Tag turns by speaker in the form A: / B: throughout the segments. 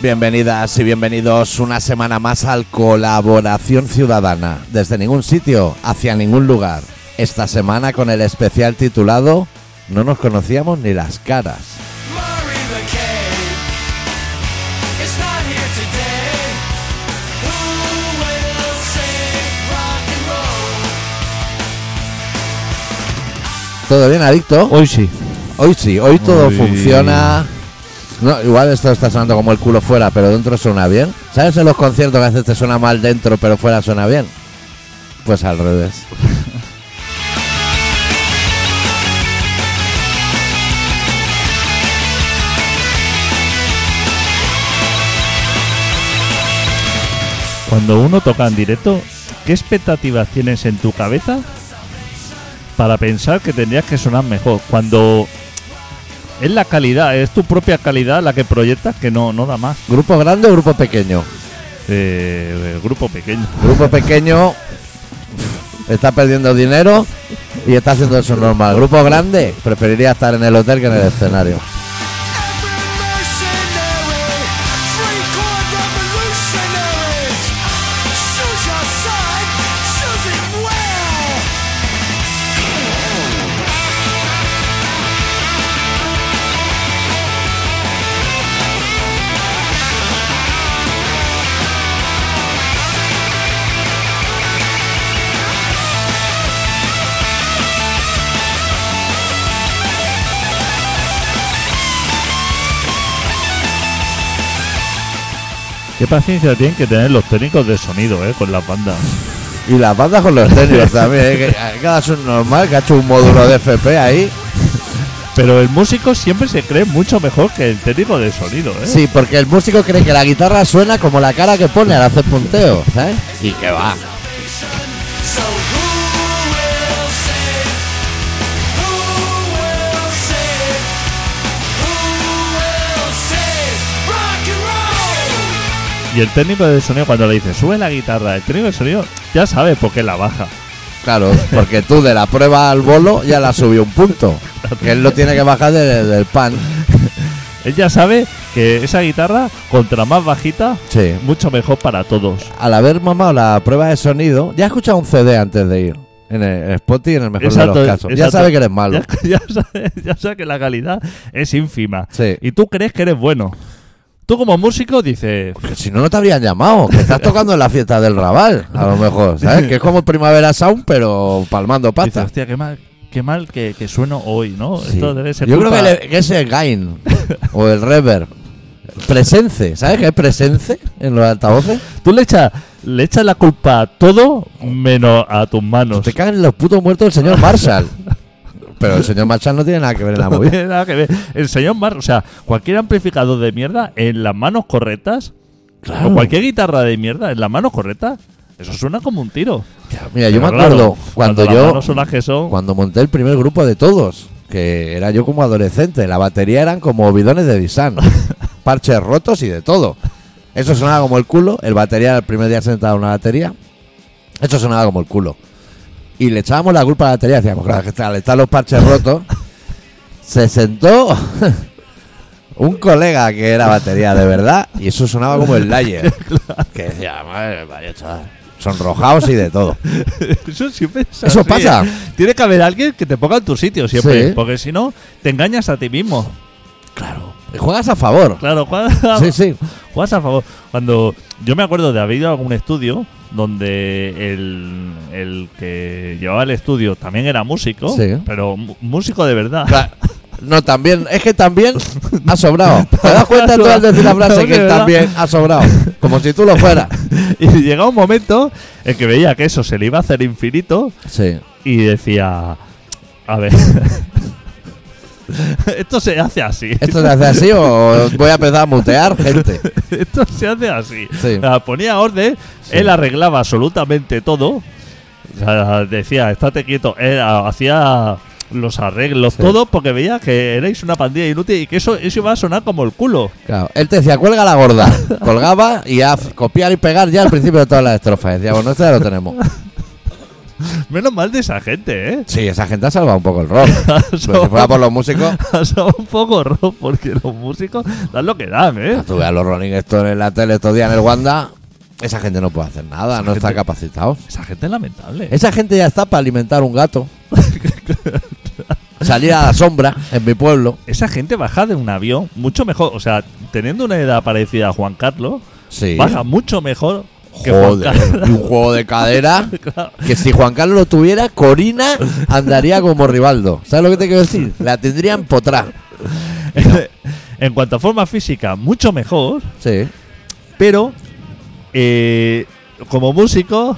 A: Bienvenidas y bienvenidos una semana más al Colaboración Ciudadana, desde ningún sitio, hacia ningún lugar. Esta semana con el especial titulado No nos conocíamos ni las caras.
B: Murray the Cave is not here today. Who will save rock and roll?
A: ¿Todo bien, adicto?
C: Hoy sí.
A: Hoy sí, hoy todo
C: Hoy-
A: funciona. No, igual esto está sonando como el culo fuera, pero dentro suena bien. ¿Sabes en los conciertos que a veces te suena mal dentro, pero fuera suena bien? Pues al revés.
C: Cuando uno toca en directo, ¿qué expectativas tienes en tu cabeza para pensar que tendrías que sonar mejor? Cuando es la calidad, es tu propia calidad la que proyectas que no, no da más.
A: ¿Grupo grande o grupo pequeño?
C: Eh, el grupo pequeño.
A: Grupo pequeño está perdiendo dinero y está haciendo eso normal. Grupo grande preferiría estar en el hotel que en el escenario.
B: Every mercenary, free corn revolutionaries. Choose your side, choose it well.
C: Qué paciencia tienen que tener los técnicos de sonido, eh, con las bandas.
A: Y las bandas con los técnicos también. ¿eh? Que Cada normal que ha hecho un módulo de FP ahí.
C: Pero el músico siempre se cree mucho mejor que el técnico de sonido, eh.
A: Sí, porque el músico cree que la guitarra suena como la cara que pone al hacer punteo, ¿sabes? Y que va.
B: So who will save? Who will save? Who will save rock and roll?
C: Y el técnico de sonido cuando le dice sube la guitarra, el técnico de sonido ya sabe por qué la baja.
A: Claro, porque tú de la prueba al bolo ya la subió un punto. Que él lo tiene que bajar de- del pan.
C: Él ya sabe que esa guitarra, contra más bajita,
A: Sí.
C: mucho mejor para todos.
A: al haber mamado la prueba de sonido, ya he escuchado un CD antes de ir. En el en Spotify en el mejor de los casos. Ya
C: exacto.
A: sabe que eres malo.
C: Ya, ya sabe, ya sabe que la calidad es ínfima.
A: Sí.
C: Y tú crees que eres bueno. Tú como músico dices,
A: Que si no, no te habrían llamado. Que estás tocando en la fiesta del Raval, a lo mejor. ¿Sabes? Que es como Primavera Sound, pero palmando
C: dices,
A: pasta.
C: hostia, qué mal, qué mal que, que sueno hoy, ¿no?
A: Sí.
C: Esto debe ser
A: Yo creo
C: culpa-
A: que, le- que es el gain o el reverb. Presence, ¿sabes qué es presence en los altavoces?
C: Tú le echas, le echas la culpa a todo menos a tus manos.
A: Te cagan en los putos muertos del señor Marshall. Pero el señor Marshall no tiene nada que ver en la
C: No
A: movida.
C: tiene nada que ver. El señor Mar, o sea, cualquier amplificador de mierda en las manos correctas,
A: Claro.
C: o cualquier guitarra de mierda en las manos correctas, eso suena como un tiro.
A: Mira, yo me
C: Pero
A: acuerdo
C: claro,
A: cuando,
C: las
A: yo.
C: manos son las que son.
A: cuando monté el primer grupo de todos, que era yo como adolescente, la batería eran como bidones de Disan, parches rotos y de todo. Eso sonaba como el culo, el batería el primer día sentado en una batería, eso sonaba como el culo. Y le echábamos la culpa a la batería, decíamos, claro, que al estar los parches rotos, se sentó un colega que era batería de verdad y eso sonaba como el layer. Que decía, madre, vaya chaval, sonrojados y de todo.
C: Eso siempre es
A: Eso
C: así,
A: pasa.
C: ¿eh? Tiene que haber alguien que te ponga en tu sitio siempre,
A: Sí.
C: porque si no, te engañas a ti mismo. Claro.
A: Y juegas a favor.
C: Claro, juega-
A: Sí, sí.
C: Juegas a favor. Cuando yo me acuerdo de haber ido a algún estudio donde el, el que llevaba el estudio también era músico,
A: Sí.
C: pero mu- músico de verdad.
A: Cla- No, también, es que también ha sobrado. ¿Te das cuenta tú al decir la frase que él también ha sobrado? Como si tú lo fueras.
C: Y llegaba un momento en que veía que eso se le iba a hacer infinito
A: Sí.
C: y decía, a ver, esto se hace así.
A: ¿Esto se hace así o voy a empezar a mutear gente?
C: Esto se hace así.
A: Sí.
C: O sea, ponía orden, él arreglaba absolutamente todo. O sea, decía, estate quieto. Él ha- hacía los arreglos,
A: Sí.
C: todo, porque veía que erais una pandilla inútil y que eso, eso iba a sonar como el culo.
A: Claro. Él te decía, cuelga la gorda. Colgaba y a copiar y pegar ya al principio de todas las estrofas. Decía, bueno, esto ya lo tenemos.
C: Menos mal de esa gente, ¿eh?
A: Sí, esa gente ha salvado un poco el rock. Pero si fuera por los músicos,
C: Ha sonado un poco rock porque los músicos dan lo que dan, ¿eh?
A: tú veas los Rolling Stones en la tele estos días en el Wanda, esa gente no puede hacer nada, no está
C: gente-
A: capacitado.
C: Esa gente es lamentable.
A: Esa gente ya está para alimentar un gato. Salir a la sombra en mi pueblo.
C: Esa gente baja de un avión mucho mejor. O sea, teniendo una edad parecida a Juan Carlos,
A: Sí.
C: baja mucho mejor que Juan
A: Joder,
C: Carlos.
A: y un juego de cadera
C: Claro.
A: que si Juan Carlos lo tuviera, Corina andaría como Rivaldo. ¿Sabes lo que te quiero decir? La tendría en potrá.
C: en cuanto a forma física, mucho mejor,
A: Sí.
C: pero eh, como músico,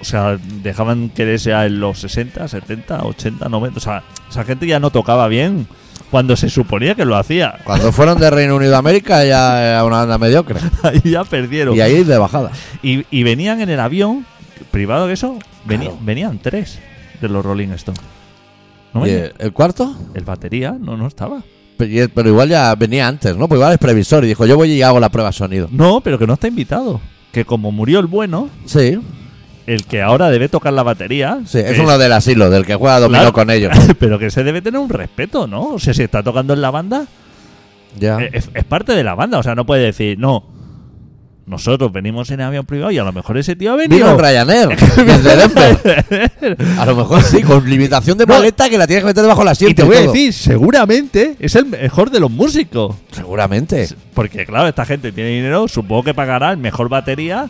C: o sea, dejaban que sea en los 60, 70, 80, 90. O sea, esa gente ya no tocaba bien cuando se suponía que lo hacía.
A: Cuando fueron de Reino Unido a América ya era una banda mediocre.
C: Ahí ya perdieron.
A: Y ahí de bajada.
C: Y, y venían en el avión privado de eso, veni-
A: Claro.
C: venían tres de los Rolling Stones. No
A: ¿Y
C: venía-
A: el, el cuarto?
C: El batería no, no estaba.
A: Pe- y el- Pero igual ya venía antes, ¿no? Pues igual es previsor y dijo, yo voy y hago la prueba de sonido.
C: No, pero que no está invitado. Que como murió el bueno,
A: Sí,
C: el que ahora debe tocar la batería.
A: sí. Es
C: que-
A: uno del asilo, del que juega dominó
C: Claro.
A: con ellos.
C: Pero que se debe tener un respeto, ¿no? O sea, si está tocando en la banda,
A: Ya.
C: eh, es, es parte de la banda. O sea, no puede decir, no, nosotros venimos en avión privado y a lo mejor ese tío ha
A: Vino
C: venido.
A: en Ryanair, desde Denver. A lo mejor sí, con limitación de
C: No.
A: maleta que la tienes que meter debajo de la
C: y
A: asiento.
C: te voy a
A: todo.
C: decir, seguramente es el mejor de los músicos.
A: Seguramente.
C: Porque, claro, esta gente tiene dinero, supongo que pagará el mejor batería,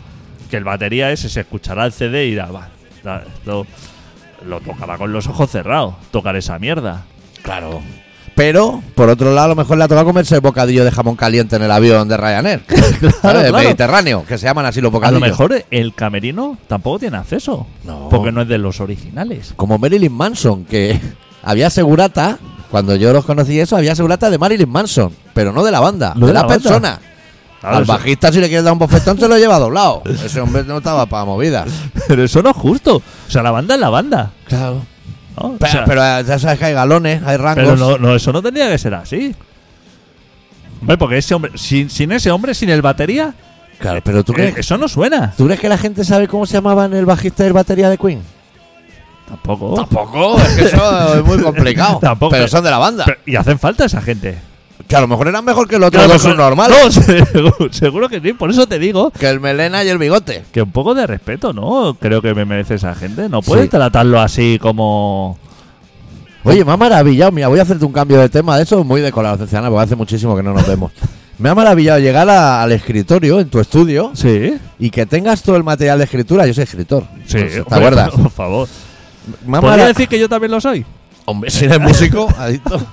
C: que el batería ese se escuchará el CD y dirá, "Bah, da- esto lo tocará con los ojos cerrados, tocar esa mierda.
A: Claro. Pero, por otro lado, a lo mejor le ha tocado comerse el bocadillo de jamón caliente en el avión de Ryanair. claro,
C: claro.
A: Mediterráneo, que se llaman así los
C: A
A: bocadillos.
C: lo mejor el camerino tampoco tiene acceso,
A: No.
C: porque no es de los originales.
A: Como Marilyn Manson, que había segurata, cuando yo los conocí eso, había segurata de Marilyn Manson, pero no de la banda,
C: No
A: de,
C: de
A: la,
C: la banda.
A: persona.
C: Claro,
A: Al
C: eso-
A: bajista, si le quieres dar un bofetón, se lo lleva doblado. Ese hombre no estaba para movidas.
C: Pero eso no es justo. O sea, la banda es la banda.
A: Claro.
C: ¿no? O
A: Pero,
C: sea,
A: pero, eh, ya sabes que hay galones, hay rangos.
C: pero no, no, eso no tendría que ser así. Hombre, porque ese hombre, sin, sin ese hombre, sin el batería,
A: Claro, pero ¿tú
C: eh,
A: crees,
C: eso no suena.
A: ¿tú crees que la gente sabe cómo se llamaban el bajista y el batería de Queen?
C: Tampoco.
A: Tampoco, es que eso es muy complicado.
C: Tampoco.
A: Pero son de la banda.
C: Pero- y hacen falta esa gente.
A: que a lo mejor eran mejor que los otros
C: Claro,
A: dos
C: mejor-
A: subnormales.
C: No, seguro, seguro que sí. Por eso te digo
A: Que el melena y el bigote.
C: que un poco de respeto, ¿no? Creo que me merece esa gente. No puedes
A: Sí.
C: tratarlo así como.
A: Oye, me ha maravillado. Mira, voy a hacerte un cambio de tema de eso muy de colaboración, porque hace muchísimo que no nos vemos. Me ha maravillado llegar a- al escritorio, en tu estudio,
C: Sí.
A: y que tengas todo el material de escritura. Yo soy escritor.
C: Sí,
A: Entonces, ¿Te
C: hombre,
A: acuerdas?
C: Por favor.
A: Me ha
C: ¿Podría
A: mara-
C: decir que yo también lo soy?
A: Hombre, si eres músico, adicto.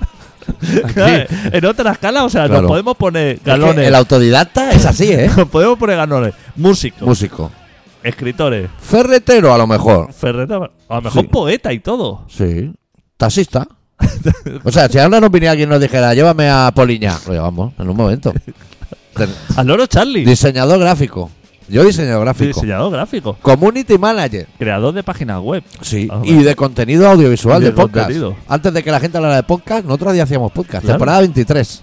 A: Aquí.
C: en otra escala, o sea,
A: Claro.
C: nos podemos poner
A: Es que
C: galones.
A: el autodidacta es así, ¿eh?
C: Nos podemos poner galones. Músicos,
A: Músico.
C: escritores,
A: Ferretero, a lo mejor.
C: ferreta, a lo mejor
A: Sí.
C: poeta y todo.
A: Sí. Taxista. O sea, si ahora nos viniera alguien y nos dijera, llévame a Poliña, lo llevamos en un momento. Ten-
C: Al loro Charlie.
A: Diseñador gráfico. Yo diseñador gráfico.
C: Diseñador gráfico.
A: Community manager.
C: Creador de páginas web.
A: Sí.
C: Ah,
A: y de contenido audiovisual,
C: Y
A: de,
C: de
A: podcast.
C: contenido.
A: Antes de que la gente hablara de podcast, nosotros día hacíamos podcast.
C: Claro.
A: Temporada 23.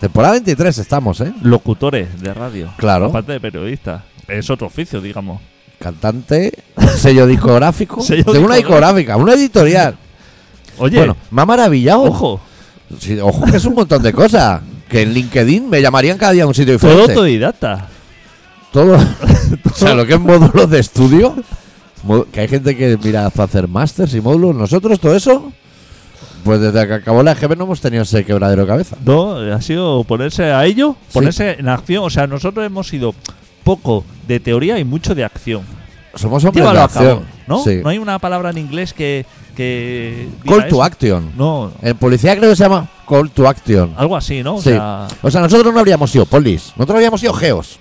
A: Temporada 23 estamos, ¿eh?
C: Locutores de radio.
A: Claro.
C: Aparte de periodistas. Es otro oficio, digamos.
A: Cantante, sello discográfico.
C: Sello
A: Tengo una discográfica,
C: discográfico.
A: una editorial.
C: Oye,
A: Bueno, me ha maravillado.
C: ojo,
A: Sí, ojo, que es un montón de cosas. Que en LinkedIn me llamarían cada día a un sitio
C: todo
A: diferente.
C: autodidacta.
A: Todo. o sea, lo que es módulos de estudio. mo- Que hay gente que mira para hacer másters y módulos. Nosotros, todo eso. Pues desde que acabó la EGB no hemos tenido ese quebradero de cabeza.
C: No, ha sido ponerse a ello, ponerse en acción. O sea, nosotros hemos sido poco de teoría y mucho de acción.
A: Somos hombres
C: Llévalo
A: de
C: a cabo,
A: acción.
C: ¿no?
A: Sí.
C: No hay una palabra en inglés que. que diga
A: Call
C: eso.
A: to action.
C: No,
A: En policía creo que se llama call to action.
C: algo así, ¿no? Ah, O
A: Sí.
C: sea,
A: O sea, nosotros no habríamos sido polis. Nosotros habríamos sido geos.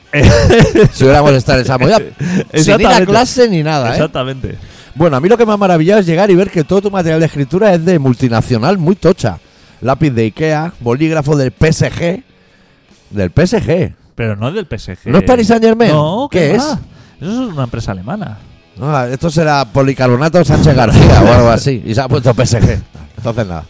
A: si hubiéramos estado en esa movida. Sin ir a
C: Exactamente.
A: clase ni nada, ¿eh?
C: exactamente.
A: Bueno, a mí lo que me ha maravillado es llegar y ver que todo tu material de escritura es de multinacional muy tocha. Lápiz de Ikea, bolígrafo del PSG. Del PSG.
C: Pero no es del PSG.
A: ¿No es Paris Saint Germain?
C: No,
A: ¿Qué
C: ¿qué
A: es?
C: va? Eso es una empresa alemana.
A: Ah, esto será Policarbonato Sánchez García o algo así. Y se ha puesto PSG. Entonces nada.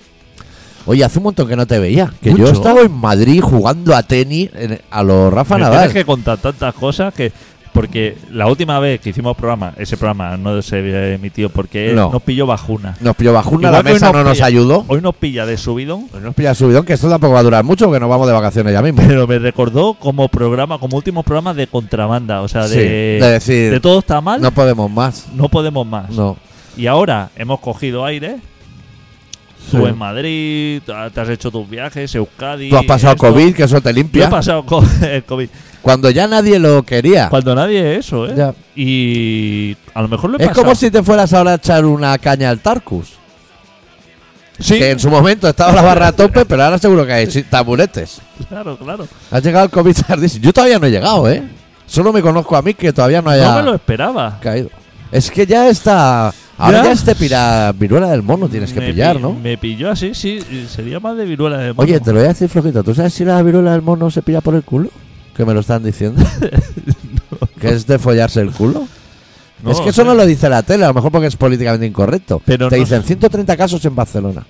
A: Oye, hace un montón que no te veía. Que yo
C: Mucho.
A: estaba en Madrid jugando a tenis en- a los Rafa
C: Me
A: Nadal.
C: Tienes que contar tantas cosas que Porque la última vez que hicimos programa, ese programa no se emitió porque él
A: No.
C: nos pilló bajuna.
A: Nos pilló bajuna,
C: Igual
A: la
C: que hoy
A: mesa no nos
C: pilla-
A: ayudó.
C: Hoy nos pilla de subidón,
A: Pues nos pilla subidón, que esto tampoco va a durar mucho, que nos vamos de vacaciones ya mismo.
C: pero me recordó como programa, como último programa de contrabanda. O sea, de,
A: Sí, de decir,
C: de todo está mal,
A: No
C: no,
A: podemos más.
C: podemos más.
A: No.
C: Y ahora hemos cogido aire.
A: Sí.
C: Tú en Madrid, tú- te has hecho tus viajes, Euskadi.
A: Tú has pasado
C: esto.
A: COVID, que eso te
C: Yo he
A: limpia.
C: pasado co- el COVID.
A: Cuando ya nadie lo quería.
C: Cuando nadie es eso, ¿eh?
A: Ya.
C: Y a lo mejor lo he
A: Es
C: pasado.
A: como si te fueras ahora a echar una caña al Tarkus.
C: Sí,
A: Que en su momento estaba la barra a tope, pero ahora seguro que hay si- taburetes.
C: claro, claro.
A: Has llegado al COVID tardísimo. Yo todavía no he llegado, ¿eh? Solo me conozco a mí que todavía no haya
C: No me lo esperaba.
A: caído. Es que ya está. Ahora
C: Ya.
A: ya, este pira viruela del mono tienes que
C: Me
A: pillar,
C: pi-
A: ¿no?
C: Me pilló así, sí. y Sería más de viruela de mono.
A: Oye, te lo voy a decir flojito. ¿Tú sabes si la viruela del mono se pilla por el culo? Que me lo están diciendo. ¿Que es de follarse el culo?
C: No, ¿eh?
A: es que
C: o
A: eso
C: sea,
A: no lo dice la tele, a lo mejor porque es políticamente incorrecto.
C: Pero
A: Te
C: no-
A: dicen 130 casos en Barcelona.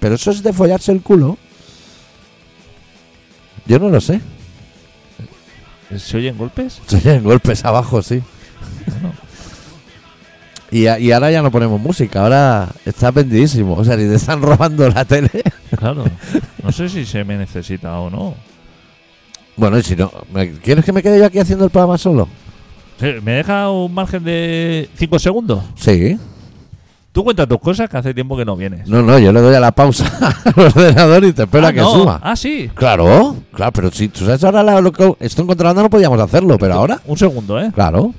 A: Pero eso es de follarse el culo. Yo no lo sé.
C: ¿Se oyen golpes?
A: Se oyen golpes abajo, sí. Y, a- y ahora ya no ponemos música, ahora está vendidísimo. O sea, ni te están robando la tele.
C: Claro. No sé si se me necesita o no.
A: Bueno, y si no, ¿me- ¿quieres que me quede yo aquí haciendo el programa solo?
C: Sí, ¿Me deja un margen de 5 segundos?
A: Sí.
C: Tú cuentas tus cosas que hace tiempo que no vienes.
A: No, no, yo le doy a la pausa al ordenador y te espero
C: ah,
A: a que
C: no.
A: suba.
C: Ah, sí.
A: Claro, claro, pero si tú sabes ahora la- lo que- esto en contrabanda no podíamos hacerlo, pero ahora,
C: Un segundo, ¿eh?
A: claro.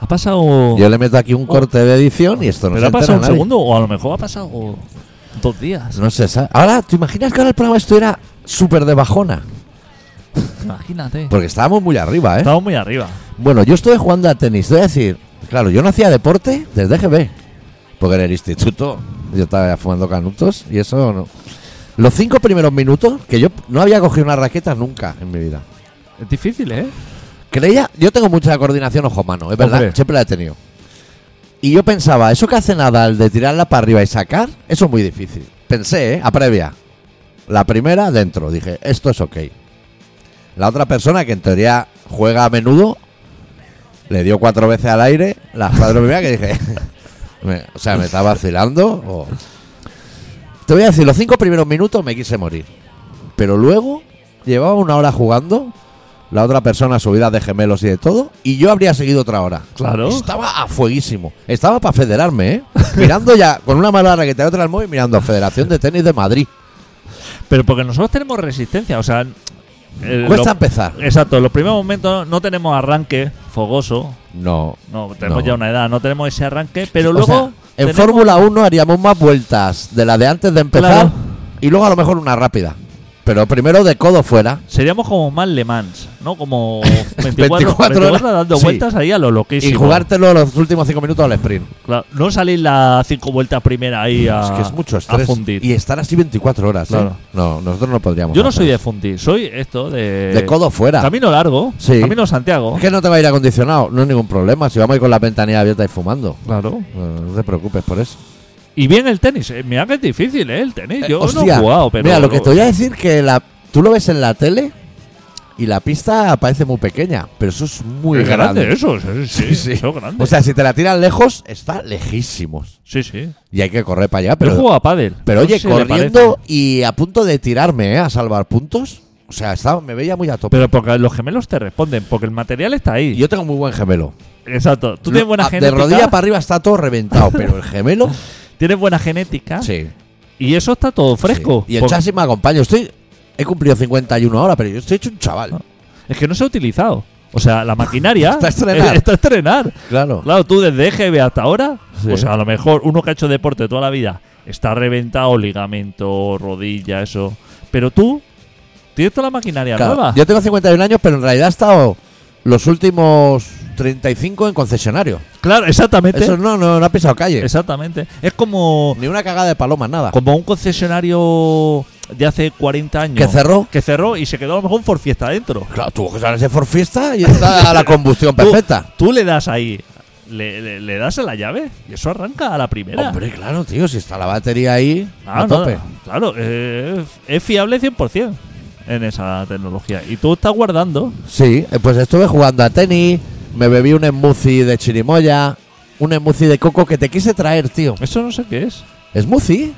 C: Ha pasado.
A: Yo le meto aquí un corte de edición y esto no
C: Oh. pero
A: se
C: ha
A: entera
C: pasado un
A: nadie.
C: segundo, o a lo mejor ha pasado dos días.
A: No se sabe. Ahora, ¿te imaginas que ahora el programa estuviera súper de bajona?
C: Imagínate.
A: Porque estábamos muy arriba, Pues, ¿eh?
C: Estamos muy arriba.
A: Bueno, yo estuve jugando a tenis, voy a decir, claro, yo no hacía deporte desde GB, porque en el instituto yo estaba ya fumando canutos y eso no. Los cinco primeros minutos, que yo no había cogido una raqueta nunca en mi vida.
C: Es difícil, ¿eh?
A: Creía, yo tengo mucha coordinación ojo-mano, es verdad,
C: Hombre.
A: siempre la he tenido. Y yo pensaba, eso que hace nada, el de tirarla para arriba y sacar, eso es muy difícil. Pensé, ¿eh? a previa. La primera, dentro, dije, esto es ok. La otra persona, que en teoría juega a menudo, le dio cuatro veces al aire, las cuatro primeras que dije, me- o sea, me está vacilando. o- Te voy a decir, los cinco primeros minutos me quise morir. Pero luego, llevaba una hora jugando, la otra persona subida de gemelos y de todo, y yo habría seguido otra hora.
C: Claro.
A: Estaba a fueguísimo. Estaba para federarme, ¿eh? Mirando ya, con una mala raqueta y otra al móvil, mirando Federación de Tenis de Madrid.
C: Pero porque nosotros tenemos resistencia, o sea. eh,
A: Cuesta
C: lo-
A: empezar.
C: Exacto, los primeros momentos no tenemos arranque fogoso,
A: No.
C: no tenemos
A: No.
C: ya una edad, no tenemos ese arranque, pero
A: O
C: luego
A: sea, en
C: tenemos-
A: Fórmula 1 haríamos más vueltas de la de antes de empezar
C: Claro.
A: y luego a lo mejor una rápida. Pero primero de codo fuera.
C: seríamos como más Le Mans, ¿no? Como 24,
A: 24 horas.
C: 24 dando
A: Sí.
C: vueltas ahí a lo
A: Y
C: loquísimo.
A: jugártelo los últimos cinco minutos al sprint.
C: Claro, no salir las cinco vueltas primera ahí a,
A: es que es mucho
C: a
A: estrés.
C: fundir.
A: Y estar así 24 horas. ¿eh?
C: Claro.
A: No, nosotros no podríamos.
C: Yo no
A: hacer
C: soy de
A: eso.
C: fundir, soy esto de.
A: De codo fuera.
C: Camino largo,
A: Sí.
C: camino Santiago.
A: Es que no te va a ir acondicionado. No es ningún problema. Si vamos ahí con la ventanilla abierta y fumando.
C: Claro.
A: No, no te preocupes por eso.
C: Y bien el tenis, eh, mira que es difícil, ¿eh? El tenis, yo
A: Eh,
C: no
A: hostia,
C: he jugado, pero.
A: Mira, lo que te voy a decir que la, tú lo ves en la tele y la pista parece muy pequeña, pero eso es muy
C: Es
A: grande.
C: grande eso, sí, sí,
A: Sí, sí.
C: eso es grande.
A: O sea, si te la tiran lejos, está lejísimos.
C: sí, sí.
A: Y hay que correr para allá,
C: Pero, yo
A: pero,
C: juego a pádel.
A: pero
C: No
A: oye,
C: sé si le
A: corriendo
C: Pues parece.
A: y a punto de tirarme ¿eh? a salvar puntos. O sea, estaba, me veía muy a tope.
C: Pero porque los gemelos te responden, porque el material está ahí.
A: Yo tengo muy buen gemelo.
C: Exacto. Tú tienes
A: Lo-
C: buena
A: a- De
C: genética.
A: rodilla para arriba está todo reventado, pero el gemelo,
C: Tienes buena genética.
A: sí.
C: Y eso está todo Ah, fresco. Pues-
A: sí. Y el
C: Porque-
A: chasis me acompaña. Estoy, he cumplido 51 ahora, pero yo estoy hecho un chaval.
C: Es que no se ha utilizado. O sea, la maquinaria
A: Está a estrenar.
C: está a estrenar.
A: Claro.
C: Claro, tú desde EGB hasta ahora,
A: Sí.
C: o sea, a lo mejor uno que ha hecho deporte toda la vida está reventado, ligamento, rodilla, eso. Pero tú tienes toda la maquinaria
A: Claro,
C: nueva.
A: Yo tengo 51 años, pero en realidad he estado los últimos 35 en concesionario.
C: Claro, exactamente.
A: Eso no, no, no ha pisado calle.
C: Exactamente. ¿Este? Es como,
A: Ni una cagada de palomas, nada.
C: como un concesionario de hace 40 años.
A: ¿Que cerró?
C: Que cerró y se quedó a lo mejor un Ford Fiesta dentro.
A: Claro, tuvo que salirse por fiesta y está la combustión perfecta.
C: Tú le das ahí, le, le- le das a la llave y eso arranca a la primera.
A: Hombre, claro, tío, si está la batería ahí,
C: Ah,
A: a
C: no,
A: tope.
C: claro, eh, es fiable 100% en esa tecnología. Y tú estás guardando.
A: Sí, eh, pues estuve jugando a tenis, me bebí un smoothie de chirimoya, un smoothie de coco que te quise traer, tío.
C: Eso no sé qué es.
A: Smoothie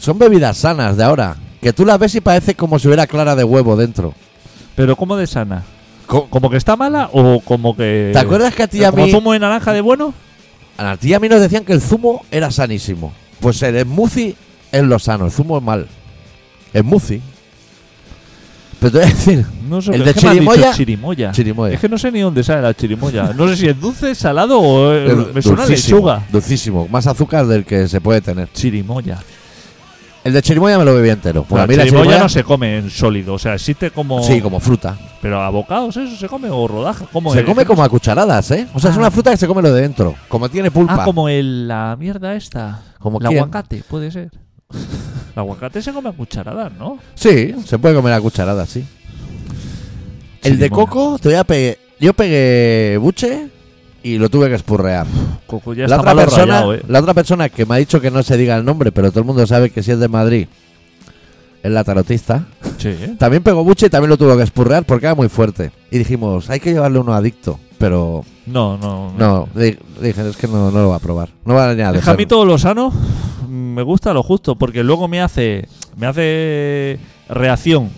A: son bebidas sanas de ahora, que tú las ves y parece como si hubiera clara de huevo dentro.
C: Pero ¿cómo de sana?
A: Co-
C: ¿Como que está mala o como que.
A: ¿Te acuerdas que a ti y a
C: ¿Como
A: mí,
C: zumo de naranja de bueno?
A: a ti y a mí nos decían que el zumo era sanísimo? Pues el smoothie es lo sano, el zumo es mal. Smoothie. Pero te voy a decir,
C: No sé.
A: ¿El
C: es
A: de
C: que me han dicho
A: chirimoya?
C: chirimoya.
A: chirimoya.
C: Es que no sé ni dónde sale la chirimoya. No sé si es dulce, salado o. eh,
A: Es
C: me suena
A: dulcísimo,
C: lechuga.
A: Dulcísimo, más azúcar del que se puede tener.
C: Chirimoya.
A: El de chirimoya me lo bebí entero. Porque a
C: la
A: mí la
C: chirimoya,
A: Pues chirimoya-
C: no se come en sólido. O sea, existe como.
A: Sí, como fruta.
C: Pero a bocados eso se come o rodajas. ¿Cómo
A: Se
C: es?
A: come como a cucharadas, ¿eh? O sea, es
C: Pues Ah.
A: una fruta que se come lo de dentro. Como tiene pulpa.
C: Ah, como el, la mierda esta.
A: Como
C: el
A: quién.
C: aguacate, puede ser. El aguacate se come a cucharadas, ¿no?
A: Sí, se puede comer a cucharadas, sí. El de
C: Chirimoya.
A: coco, te voy a pe- Yo pegué buche y lo tuve que espurrear.
C: Coco ya está malo
A: persona,
C: rayado, ¿eh?
A: la otra persona que me ha dicho que no se diga el nombre, pero todo el mundo sabe que si es de Madrid, es la tarotista.
C: Sí, ¿eh?
A: También pegó buche y también lo tuvo que espurrear porque era muy fuerte. Y dijimos, hay que llevarle uno adicto. Pero
C: No, no.
A: no, le, le dije, es que no, no lo va a probar. No va a ni a
C: El
A: dejar.
C: jamito lozano me gusta lo justo porque luego me hace me hace reacción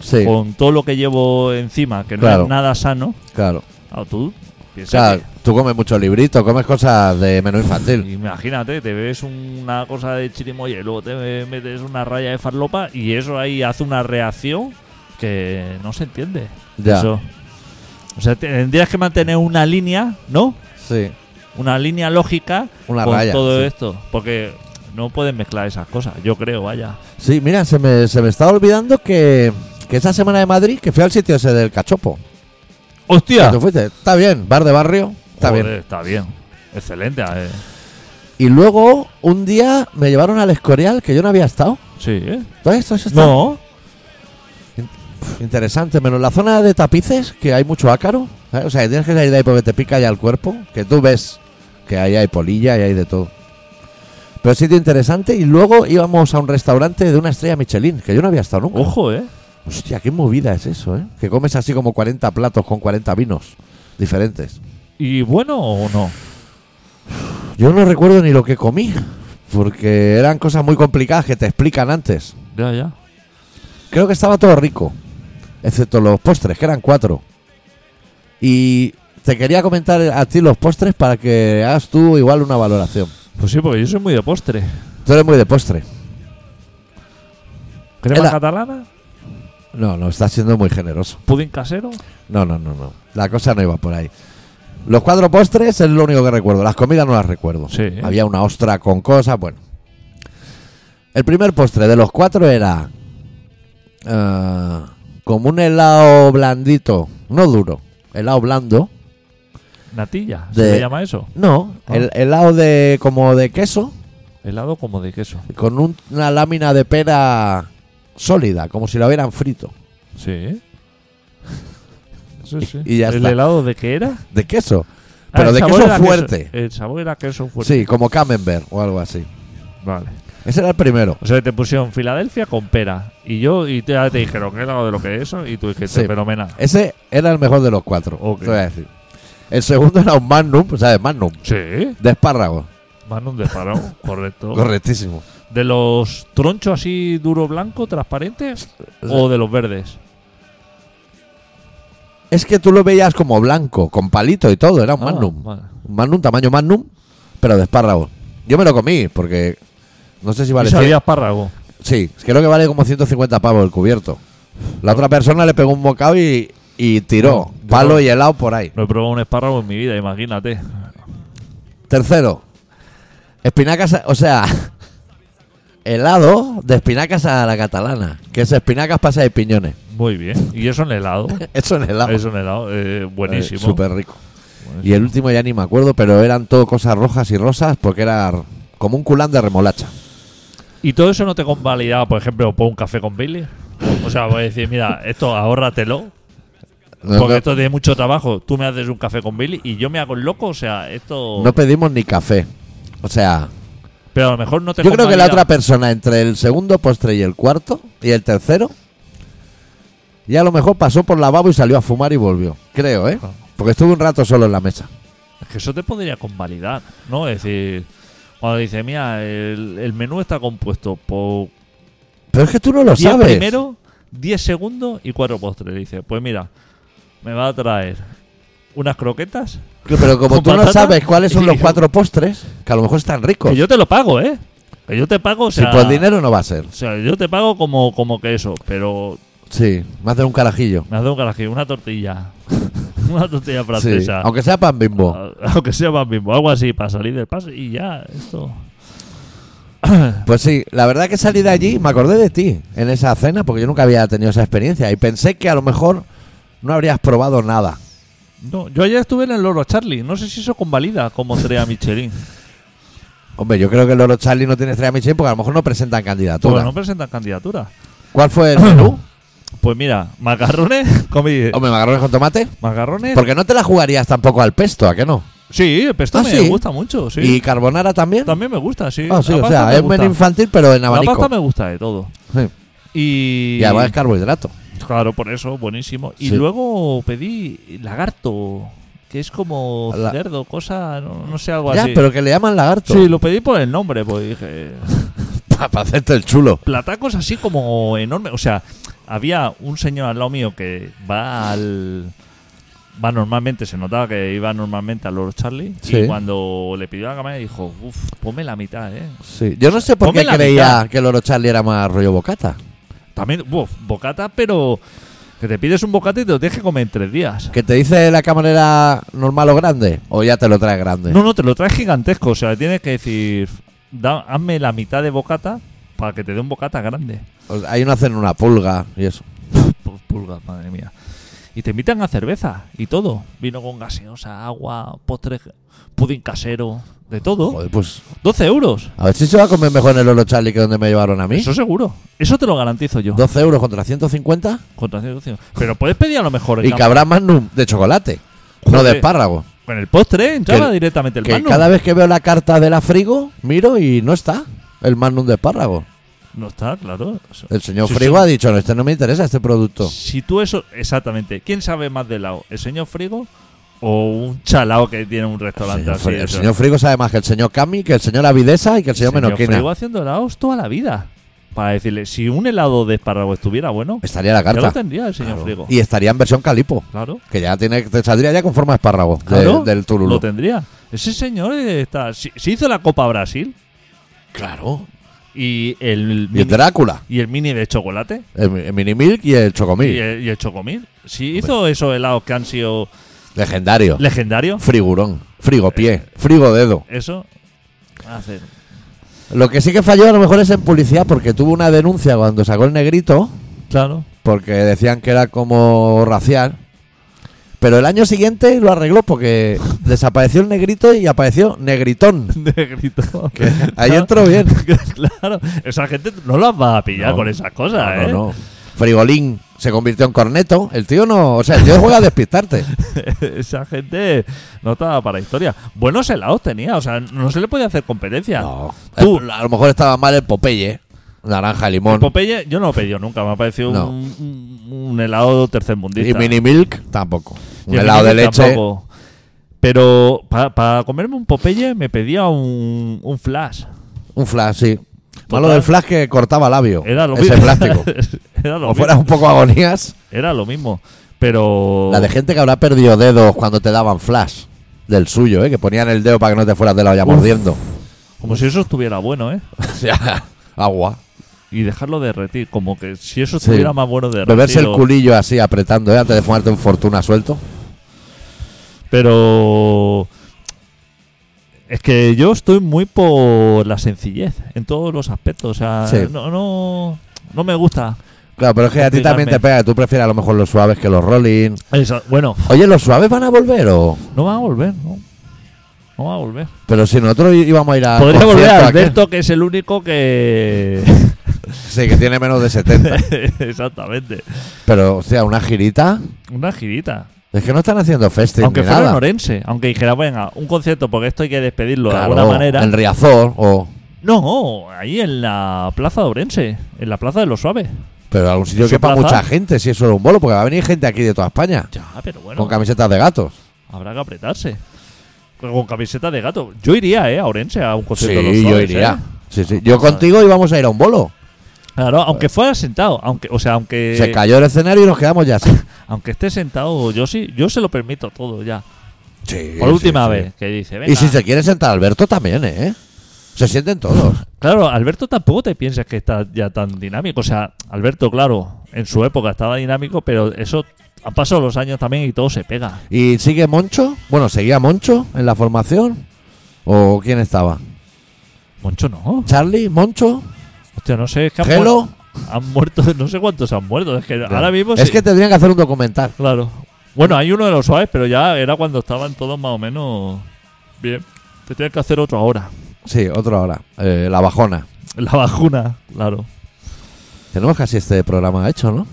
A: Sí,
C: con todo lo que llevo encima que no
A: Claro.
C: es nada sano.
A: claro.
C: Claro, tú
A: O
C: piensas
A: sea, tú comes mucho librito, comes cosas de menú
C: que-
A: infantil.
C: Imagínate, te ves una cosa de chirimoya y luego te metes una raya de farlopa y eso ahí hace una reacción que no se entiende.
A: Ya.
C: Eso. O sea, tendrías que mantener una línea, ¿no?
A: Sí,
C: Una línea lógica
A: una
C: con
A: raya.
C: todo
A: sí.
C: esto. Porque no pueden mezclar esas cosas, yo creo, vaya.
A: Sí, mira, se me, se me estaba olvidando que, que esa semana de Madrid, que fui al sitio ese del cachopo.
C: ¡Hostia!
A: Que tú fuiste. Está bien, bar de barrio, está
C: Joder,
A: bien.
C: Está bien. Excelente. eh.
A: Y luego, un día me llevaron al Escorial, que yo no había estado.
C: Sí, ¿eh?
A: Todo esto, eso está
C: No.
A: interesante. Menos la zona de tapices, que hay mucho ácaro. ¿sabes? O sea, que tienes que salir de ahí porque te pica ya el cuerpo. Que tú ves que ahí hay polilla y hay de todo. Pero sitio interesante. Y luego íbamos a un restaurante de una estrella Michelin, que yo no había estado nunca.
C: Ojo, ¿eh?
A: Hostia, qué movida es eso, ¿eh? Que comes así como 40 platos con 40 vinos diferentes.
C: ¿Y bueno o no?
A: Yo no recuerdo ni lo que comí, porque eran cosas muy complicadas que te explican antes.
C: Ya, ya.
A: Creo que estaba todo rico, excepto los postres, que eran cuatro. Y te quería comentar a ti los postres para que hagas tú igual una valoración.
C: Pues sí, porque yo soy muy de postre.
A: Tú eres muy de postre.
C: ¿Crema
A: Era-
C: catalana?
A: No, no, estás siendo muy generoso.
C: ¿Pudín casero?
A: No, no, no, no. La cosa no iba por ahí. Los cuatro postres es lo único que recuerdo. Las comidas no las recuerdo.
C: Sí.
A: Había una ostra con cosas, bueno. El primer postre de los cuatro era ah, como un helado blandito, no duro, helado blando.
C: ¿Natilla? ¿Se
A: De-
C: le llama eso?
A: No,
C: Ah.
A: el helado de como de queso
C: Helado como de queso.
A: con un- una lámina de pera sólida, como si lo hubieran frito.
C: Sí, ¿eh? Sí, sí.
A: Y ya
C: ¿El
A: está.
C: helado de qué era?
A: De queso,
C: Ah,
A: pero
C: el
A: de
C: sabor
A: queso
C: era
A: fuerte.
C: El sabor era queso fuerte.
A: Sí, como camembert o algo así.
C: Vale.
A: Ese era el primero.
C: O sea, te pusieron Filadelfia con pera. Y yo, y te, ya te dijeron que era algo de lo que es eso. Y tú dijiste,
A: Sí.
C: fenomenal.
A: Ese era el mejor de los cuatro.
C: Ok.
A: Te voy a decir. El segundo era un magnum, ¿sabes? Magnum.
C: Sí,
A: De espárragos.
C: mano de parado, correcto.
A: Correctísimo.
C: ¿De los tronchos así duro blanco, transparentes? ¿O de los verdes?
A: Es que tú lo veías como blanco, con palito y todo. Era un magnum.
C: Ah, vale.
A: Un magnum, tamaño magnum, pero de espárragos. Yo me lo comí porque no sé si
C: Y
A: vale.
C: sabía
A: 100.
C: espárrago.
A: Sí, creo que vale como 150 pavos el cubierto. La otra persona le pegó un bocado y, y tiró
C: No, yo
A: palo
C: no.
A: y helado por ahí.
C: No he probado un espárrago en mi vida, imagínate.
A: Tercero, espinacas, a- o sea, helado de espinacas a la catalana, que es espinacas, pasas y piñones.
C: Muy bien. Y eso en helado.
A: Eso en helado.
C: eso en helado. eh, buenísimo.
A: Eh, Súper rico.
C: Buenísimo.
A: Y el último ya ni me acuerdo, pero eran todo cosas rojas y rosas porque era r- como un culán de remolacha.
C: ¿Y todo eso no te convalidaba, por ejemplo, por un café con Billy? O sea, voy a decir, mira, esto ahórratelo,
A: No,
C: porque
A: no-
C: esto tiene mucho trabajo. Tú me haces un café con Billy y yo me hago el loco, o sea, esto...
A: no pedimos ni café. O sea,
C: pero a lo mejor no te
A: yo creo que la
C: convalida.
A: otra persona entre el segundo postre y el cuarto y el tercero, ya a lo mejor pasó por lavabo y salió a fumar y volvió. Creo, ¿eh? Porque estuve un rato solo en la mesa.
C: Es que eso te podría convalidar, ¿no? Es decir, cuando dice, mira, el, el menú está compuesto por
A: Pero es que tú no lo
C: 10
A: sabes.
C: primero, 10 segundos y 4 postres. Dice, pues mira, me va a traer unas croquetas.
A: Que- Pero como
C: con
A: tú no
C: patata
A: sabes cuáles son
C: y-
A: los cuatro postres, que a lo mejor están ricos.
C: Que yo te lo pago, ¿eh? Que yo te pago, o
A: Si
C: sea,
A: por dinero no va a ser.
C: o sea, yo te pago como, como que eso, pero
A: Sí, más de un carajillo.
C: me hace un carajillo, una tortilla. una tortilla
A: Sí,
C: francesa.
A: aunque sea pan bimbo.
C: A- Aunque sea más mismo, algo así, para salir del pase y ya, esto.
A: Pues sí, la verdad que salí de allí, me acordé de ti en esa cena, porque yo nunca había tenido esa experiencia y pensé que a lo mejor no habrías probado nada.
C: No, yo ayer estuve en el Loro Charlie, no sé si eso convalida como estrella Michelin.
A: Hombre, yo creo que el Loro Charlie no tiene estrella Michelin porque a lo mejor no presentan candidatura.
C: Porque no presentan candidatura.
A: ¿Cuál fue el menú?
C: Pues mira, macarrones, comí
A: Hombre, macarrones con tomate.
C: macarrones.
A: Porque no te la jugarías tampoco al pesto, ¿a qué no?
C: Sí, el pesto
A: Ah,
C: me
A: sí.
C: gusta mucho, sí.
A: ¿Y carbonara también?
C: También me gusta, sí.
A: Ah, sí,
C: La
A: o
C: pasta
A: sea,
C: me
A: es
C: gusta.
A: menú infantil pero en
C: La pasta
A: abanico.
C: me gusta de todo.
A: Sí.
C: Y,
A: Y además es carbohidrato.
C: claro, por eso, buenísimo. Y
A: Sí.
C: luego pedí lagarto, que es como
A: La-
C: cerdo, cosa, no, no sé, algo
A: Ya,
C: así.
A: pero que le llaman lagarto.
C: Sí, lo pedí por el nombre, pues dije.
A: Para hacerte el chulo.
C: Platacos así como enorme. O sea, había un señor al lado mío que va al. Va normalmente, se notaba que iba normalmente al Lord Charlie.
A: Sí.
C: Y cuando le pidió a la camarera dijo, uff, ponme la mitad, eh.
A: Sí. Yo no sé por
C: Ponme
A: qué
C: la
A: creía
C: mitad.
A: que el Loro Charlie era más rollo bocata.
C: También, uff, bocata, pero. Que te pides un bocata y te lo tienes que comer en tres días.
A: ¿Que te dice la camarera normal o grande? ¿O ya te lo trae grande?
C: No, no, te lo traes gigantesco. O sea, tienes que decir, "Da- hazme la mitad de bocata para que te dé un bocata grande.
A: O sea, Ahí no hacen una pulga y eso.
C: Pu- Pulga, madre mía. Y te invitan a cerveza y todo. Vino con gaseosa, agua, postre, pudín casero, de todo.
A: Joder, pues
C: 12 euros.
A: a ver si se va a comer mejor en el Lolo Charlie que donde me llevaron a mí.
C: Eso seguro. Eso te lo garantizo yo.
A: 12 euros contra 150
C: Contra cien, cien. Pero puedes pedir a lo mejor
A: y
C: en
A: que habrá magnum de chocolate, no
C: Joder.
A: de espárrago.
C: el postre, entraba
A: que-
C: directamente el
A: que
C: mano.
A: cada vez que veo la carta de la frigo, miro y no está el magnum de espárrago.
C: No está, claro. Eso-
A: El señor
C: Sí,
A: frigo
C: sí.
A: ha dicho, no, este no me interesa, este producto.
C: Si tú eso, exactamente. ¿Quién sabe más de helado? ¿El señor Frigo o un chalao que tiene un
A: El
C: restaurante
A: señor,
C: así?
A: Fri- el
C: Eso.
A: señor frigo sabe más que el señor Cami, que el señor Avidesa y que el señor,
C: Señor
A: Menorquina.
C: Frigo haciendo helados toda la vida. Para decirle, si un helado de espárrago estuviera bueno,
A: Estaría la
C: ya lo
A: carta.
C: tendría el señor
A: Claro.
C: Frigo.
A: Y estaría en versión calipo.
C: Claro,
A: Que ya tiene, te saldría ya con forma de espárrago de-
C: claro,
A: del Turulú.
C: lo tendría. Ese señor está, se, se hizo la Copa Brasil
A: Claro.
C: y el
A: Y el
C: mini,
A: Drácula,
C: y el mini de chocolate
A: el, el Mini Milk y el Chocomil.
C: y el, y el chocomil. Si hizo esos helados que han sido
A: Legendario.
C: legendarios,
A: Frigurón. Frigopié. Frigodedo.
C: eso hace
A: Lo que sí que falló a lo mejor es en publicidad porque tuvo una denuncia cuando sacó el negrito
C: Claro.
A: porque decían que era como racial. Pero el año siguiente lo arregló porque desapareció el negrito y apareció negritón.
C: Negrito.
A: Que ahí entró bien.
C: claro, esa gente no las va a pillar
A: No.
C: con esas cosas,
A: No,
C: ¿eh?
A: no, no. Frigolín se convirtió en corneto. El tío no. O sea, el tío juega a despistarte.
C: Esa gente no estaba para historia. Buenos helados tenía, o sea, no se le podía hacer competencia.
A: No.
C: Tú-
A: El- a lo mejor estaba mal el Popeye. ¿eh? Naranja,
C: El
A: limón.
C: Popeye yo no lo he pedido nunca, me ha parecido
A: No.
C: un, un- un helado tercermundista.
A: Y mini milk tampoco.
C: Y
A: Un
C: el
A: helado de
C: mini
A: leche.
C: tampoco. Pero para comerme un Popeye me pedía un, un flash.
A: Un flash, sí.
C: Total.
A: Malo del flash que cortaba labio.
C: Era lo
A: ese
C: mismo.
A: plástico.
C: Era lo,
A: o fuera
C: mismo.
A: un poco agonías.
C: Era lo mismo. Pero.
A: La de gente que habrá perdido dedos cuando te daban flash. Del suyo, ¿eh? Que ponían el dedo para que no te fueras de la olla
C: Uf.
A: mordiendo.
C: Como si eso estuviera bueno, ¿eh?
A: O sea, agua.
C: Y dejarlo derretir. Como que si eso
A: Sí.
C: estuviera más bueno derretir.
A: Beberse el culillo así apretando, ¿eh? Antes de fumarte un fortuna suelto.
C: Pero es que yo estoy muy por la sencillez en todos los aspectos. O sea,
A: Sí.
C: no, no, no me gusta.
A: Claro, pero es que a ti también te
C: Explicarme.
A: pega. que Tú prefieres a lo mejor los suaves que los rolling.
C: Eso, bueno,
A: Oye, ¿los suaves van a volver o...?
C: no va a volver, ¿no? No va a volver.
A: Pero si nosotros í- íbamos a ir Ah, a.
C: Podría volver
A: concierto aquel.
C: Alberto, que es el único que.
A: Sí, que tiene menos de 70.
C: Exactamente.
A: Pero, o sea, una girita.
C: Una girita.
A: Es que no están haciendo festing
C: aunque
A: ni
C: fuera
A: nada.
C: en Orense. Aunque dijera, venga, un concierto, porque esto hay que despedirlo
A: Claro,
C: de alguna manera.
A: En Riazor o.
C: No, ahí en la plaza de Orense. En la plaza de los suaves.
A: Pero algún sitio
C: ¿Su
A: que para
C: plaza?
A: mucha gente, si es solo un bolo, porque va a venir gente aquí de toda España.
C: Ya, pero bueno.
A: Con camisetas de gatos.
C: Habrá que apretarse. Con camiseta de gato. Yo iría, ¿eh? A Orense a un
A: Sí,
C: concierto de los
A: yo
C: Soles,
A: iría.
C: ¿eh?
A: Sí, sí. Yo contigo íbamos a ir a un bolo.
C: Claro, aunque fuera sentado. Aunque, o sea, aunque.
A: Pues- Se cayó el escenario y nos quedamos ya así.
C: Aunque esté sentado, yo sí, yo se lo permito todo ya.
A: Sí,
C: Por
A: sí,
C: última
A: sí.
C: vez, que dice, venga.
A: Y si se quiere sentar Alberto también, ¿eh? Se sienten todos.
C: Claro, Alberto tampoco te piensas que está ya tan dinámico. O sea, Alberto, claro, en su época estaba dinámico, pero eso han pasado los años también y todo se pega.
A: ¿Y sigue Moncho? Bueno, ¿seguía Moncho en la formación? ¿O quién estaba?
C: Moncho no.
A: ¿Charlie? ¿Moncho?
C: Hostia, no sé, es que han,
A: ¿Gelo?
C: muer- han muerto, no sé cuántos han muerto. Es que ahora mismo
A: Es
C: sí.
A: que tendrían que hacer un documental.
C: Claro. Bueno, hay uno de los suaves, pero ya era cuando estaban todos más o menos bien. Te tienes que hacer otro ahora.
A: Sí, otro ahora. Eh, la bajona.
C: La vacuna, claro.
A: Tenemos casi este programa hecho, ¿no?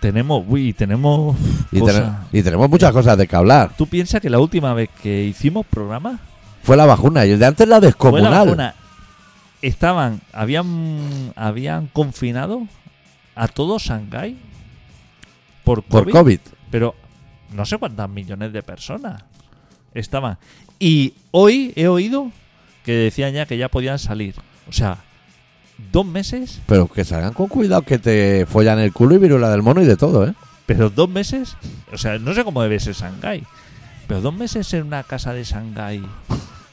C: Tenemos, uy, tenemos.
A: Y,
C: cosas.
A: ten- y tenemos muchas cosas de que hablar.
C: ¿Tú piensas que la última vez que hicimos programa
A: Fue la bajona y el de antes la
C: Fue la
A: descomunal.
C: vacuna. Estaban, habían, habían confinado a todo Shanghái por
A: por
C: COVID,
A: COVID.
C: pero no sé cuántas millones de personas estaban. Y hoy he oído que decían ya que ya podían salir. O sea, dos meses,
A: Pero que salgan con cuidado que te follan el culo y virula del mono y de todo, ¿eh?
C: pero dos meses, o sea, no sé cómo debe ser Shanghái, pero dos meses en una casa de Shanghái.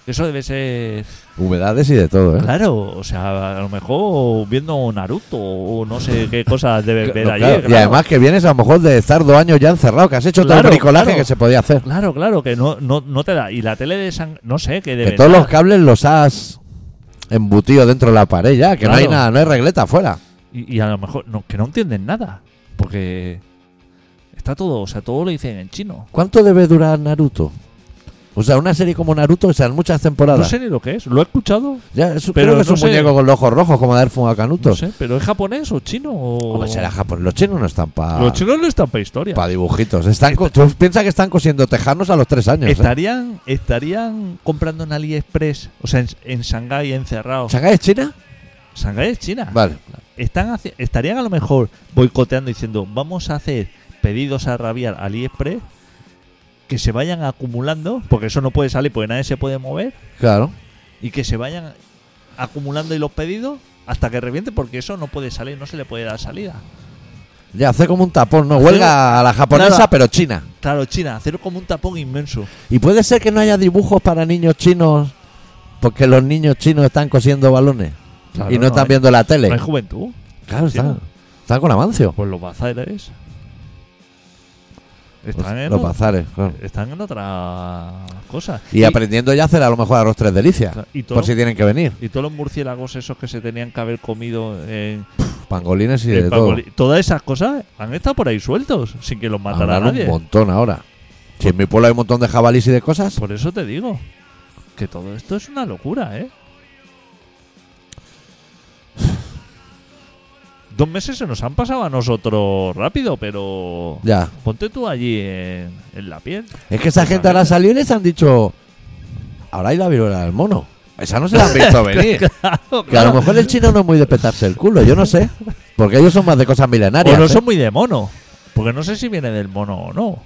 C: Eso debe ser
A: Humedades y de todo, ¿eh?
C: Claro, o sea, a lo mejor viendo Naruto o no sé qué cosas debes
A: Claro,
C: ver
A: claro.
C: allí.
A: Y además que vienes a lo mejor de estar dos años ya encerrado, que has hecho todo
C: Claro,
A: el bricolaje
C: claro.
A: que se podía hacer.
C: Claro, claro, que no, no, no te da. Y la tele de San... No sé, que de
A: Que
C: verdad-
A: todos los cables los has embutido dentro de la pared ya, que no hay
C: Claro.
A: nada, no hay regleta afuera.
C: y, y a lo mejor no, que no entienden nada. Porque está todo, o sea, todo lo dicen en chino.
A: ¿Cuánto debe durar Naruto? O sea, una serie como Naruto, o sea, en muchas temporadas.
C: No sé ni lo que es. ¿Lo he escuchado?
A: Ya, es-
C: Pero
A: creo que es
C: no
A: un
C: sé.
A: muñeco con los ojos rojos, como dar fuego a
C: No
A: Canutos.
C: sé, pero ¿es japonés o chino? O...
A: Hombre, será Japón. Los chinos no están para
C: Los chinos no están para historia.
A: dibujitos. Están co- Tú piensas que están cosiendo tejanos a los tres años. ¿eh?
C: Estarían, estarían comprando en AliExpress, o sea, en, en Shanghái encerrados.
A: ¿Shanghái es China?
C: Shanghái es China.
A: Vale.
C: están haci- estarían a lo mejor boicoteando diciendo vamos a hacer pedidos a rabiar a AliExpress que se vayan acumulando porque eso no puede salir porque nadie se puede mover
A: Claro.
C: y que se vayan acumulando y los pedidos hasta que reviente porque eso no puede salir no se le puede dar salida
A: Ya hace como un tapón, ¿no?
C: Hacer-
A: Huelga a la japonesa,
C: Nada.
A: pero china.
C: claro China hacer como un tapón inmenso
A: Y puede ser que no haya dibujos para niños chinos porque los niños chinos están cosiendo balones
C: Claro,
A: y no,
C: no
A: están
C: hay-
A: viendo la
C: no
A: tele.
C: hay juventud
A: claro, están,
C: chino.
A: están con Amancio.
C: pues los bazares están en,
A: Pues Los
C: o-
A: bazares, claro.
C: están en otra cosa
A: Y, aprendiendo ya a hacer a lo mejor arroz tres delicias.
C: y todo-
A: Por si tienen que venir.
C: y todos los murciélagos esos que se tenían que haber comido en,
A: Pangolines y
C: El
A: de todo.
C: pangolín. Todas esas cosas han estado por ahí sueltos, sin que los matara
A: Habrán
C: nadie.
A: un montón ahora. Si en mi pueblo hay un montón de jabalís y de cosas.
C: Por eso te digo que todo esto es una locura, ¿eh? Dos meses se nos han pasado a nosotros rápido, pero
A: Ya.
C: ponte tú allí en, en Pues la piel.
A: Es que esa gente ahora ha salido y les han dicho. Ahora hay la viruela del mono. Esa no se la han visto venir. Que a lo mejor el chino no es muy de petarse el culo, yo no sé. Porque ellos son más de cosas
C: O
A: milenarias.
C: no
A: ¿eh?
C: son muy de mono, porque no sé si viene del mono o no.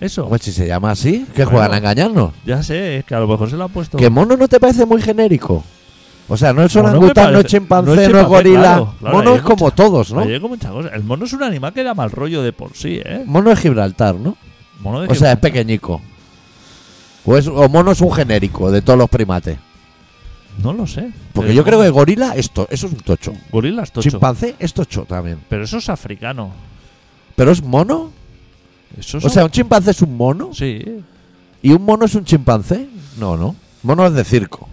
C: Eso,
A: Hombre, Pues si se llama así, que juegan
C: Bueno.
A: a engañarnos.
C: ya sé, es que a lo mejor se lo han puesto.
A: Que mono no te parece muy genérico. O sea, no es
C: Mono me
A: orangután, no es
C: parece-
A: chimpancé,
C: no
A: no
C: es
A: es,
C: chimpancé,
A: gorila.
C: claro, claro,
A: mono
C: ahí
A: es
C: hay
A: como todos, ¿no?
C: Ahí hay como muchas cosas. El mono es un animal que da mal rollo de por sí, ¿eh?
A: Mono es Gibraltar, ¿no?
C: Mono de
A: O sea, es
C: Gibraltar.
A: pequeñico. O, es- o mono es un genérico de todos los primates.
C: No lo sé.
A: Porque
C: Pero
A: yo creo que gorila, esto, eso es un tocho.
C: Gorilas tocho.
A: Chimpancé es tocho también.
C: Pero eso es africano.
A: Pero es mono.
C: Eso es
A: O sea, un chimpancé es un mono.
C: sí.
A: ¿Y un mono es un chimpancé? No, no. Mono es de circo.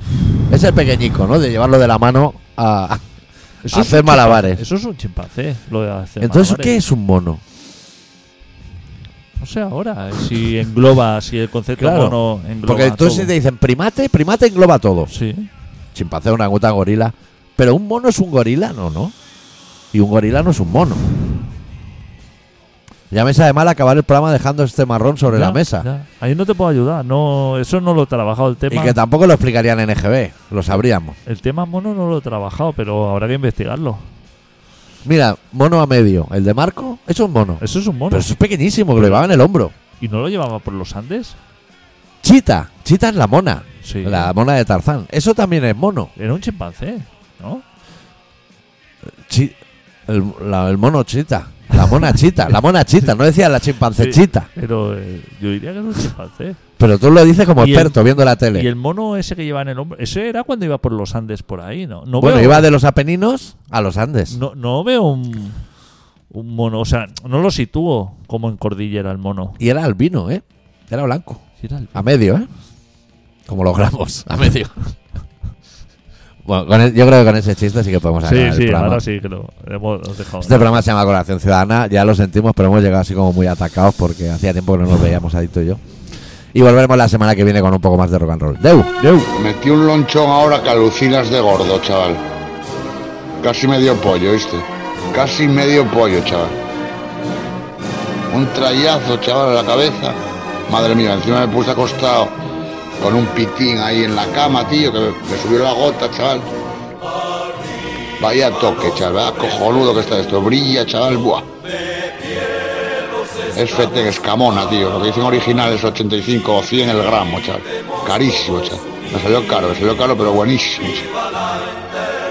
A: Es el pequeñico, ¿no? De llevarlo de la mano a.
C: Eso es
A: Hacer
C: un
A: malabares.
C: chimpancé. Eso es un chimpancé, lo de hacer
A: Entonces, ¿qué
C: malabares.
A: es un mono?
C: No sé ahora eh, si engloba, si el concepto
A: Claro.
C: mono engloba
A: Porque entonces
C: todo.
A: te dicen primate, primate engloba todo.
C: Sí.
A: Chimpancé, una gota gorila. Pero un mono es un gorila, no, no. Y un gorila no es un mono. Ya me sabe mal acabar el programa dejando este marrón sobre
C: Ya,
A: la mesa.
C: ya. Ahí no te puedo ayudar. No, eso no lo he trabajado. El
A: Y
C: tema,
A: que tampoco lo explicarían en EGB, lo sabríamos.
C: el tema mono no lo he trabajado, pero habrá que investigarlo.
A: Mira, mono a medio, el de Marco, eso es un mono.
C: Eso es un mono.
A: Pues Pero eso es pequeñísimo, que lo llevaba en el hombro.
C: ¿Y no lo llevaba por los Andes?
A: Chita. Chita es la mona.
C: Sí.
A: La mona de Tarzán. Eso también es mono.
C: Era un chimpancé, ¿no?
A: Chi- el, la- el mono chita. La mona chita. La mona chita. No decía la
C: Sí.
A: chimpancé chita.
C: Pero eh, yo diría que era un chimpancé.
A: Pero tú lo dices como
C: Y el-
A: experto viendo la
C: Y
A: tele.
C: el mono ese que lleva en el hombro, ese era cuando iba por los Andes por ahí, ¿no? No
A: bueno,
C: veo,
A: iba de los Apeninos a los Andes.
C: no, no veo un, un mono, o sea, no lo sitúo como en cordillera el mono.
A: Y era albino, ¿eh? Era blanco.
C: Sí, era el-
A: A medio, ¿eh? Como los gramos, a medio. bueno, con el- yo creo que con ese chiste sí que podemos
C: Sí,
A: acabar el
C: sí,
A: programa.
C: ahora sí que lo hemos dejado.
A: Este programa se llama Colaboración Ciudadana, ya lo sentimos, pero hemos llegado así como muy atacados porque hacía tiempo que no nos veíamos, Adicto y yo. Y volveremos la semana que viene con un poco más de rock and roll. ¡Deu!
C: Deu.
D: Metí un lonchón ahora que alucinas de gordo, chaval. Casi medio pollo, ¿viste? Casi medio pollo, chaval. Un trayazo, chaval, en la cabeza. Madre mía, encima me puse acostado con un pitín ahí en la cama, tío, que me, me subió la gota, chaval. Vaya toque, chaval, vaya cojonudo que está esto. Brilla, chaval, buah. Este Es fetén escamona, tío. Lo que dicen original es 85 o 100 el gramo, chaval. Carísimo, chaval. Me salió caro, me salió caro, pero buenísimo, chaval.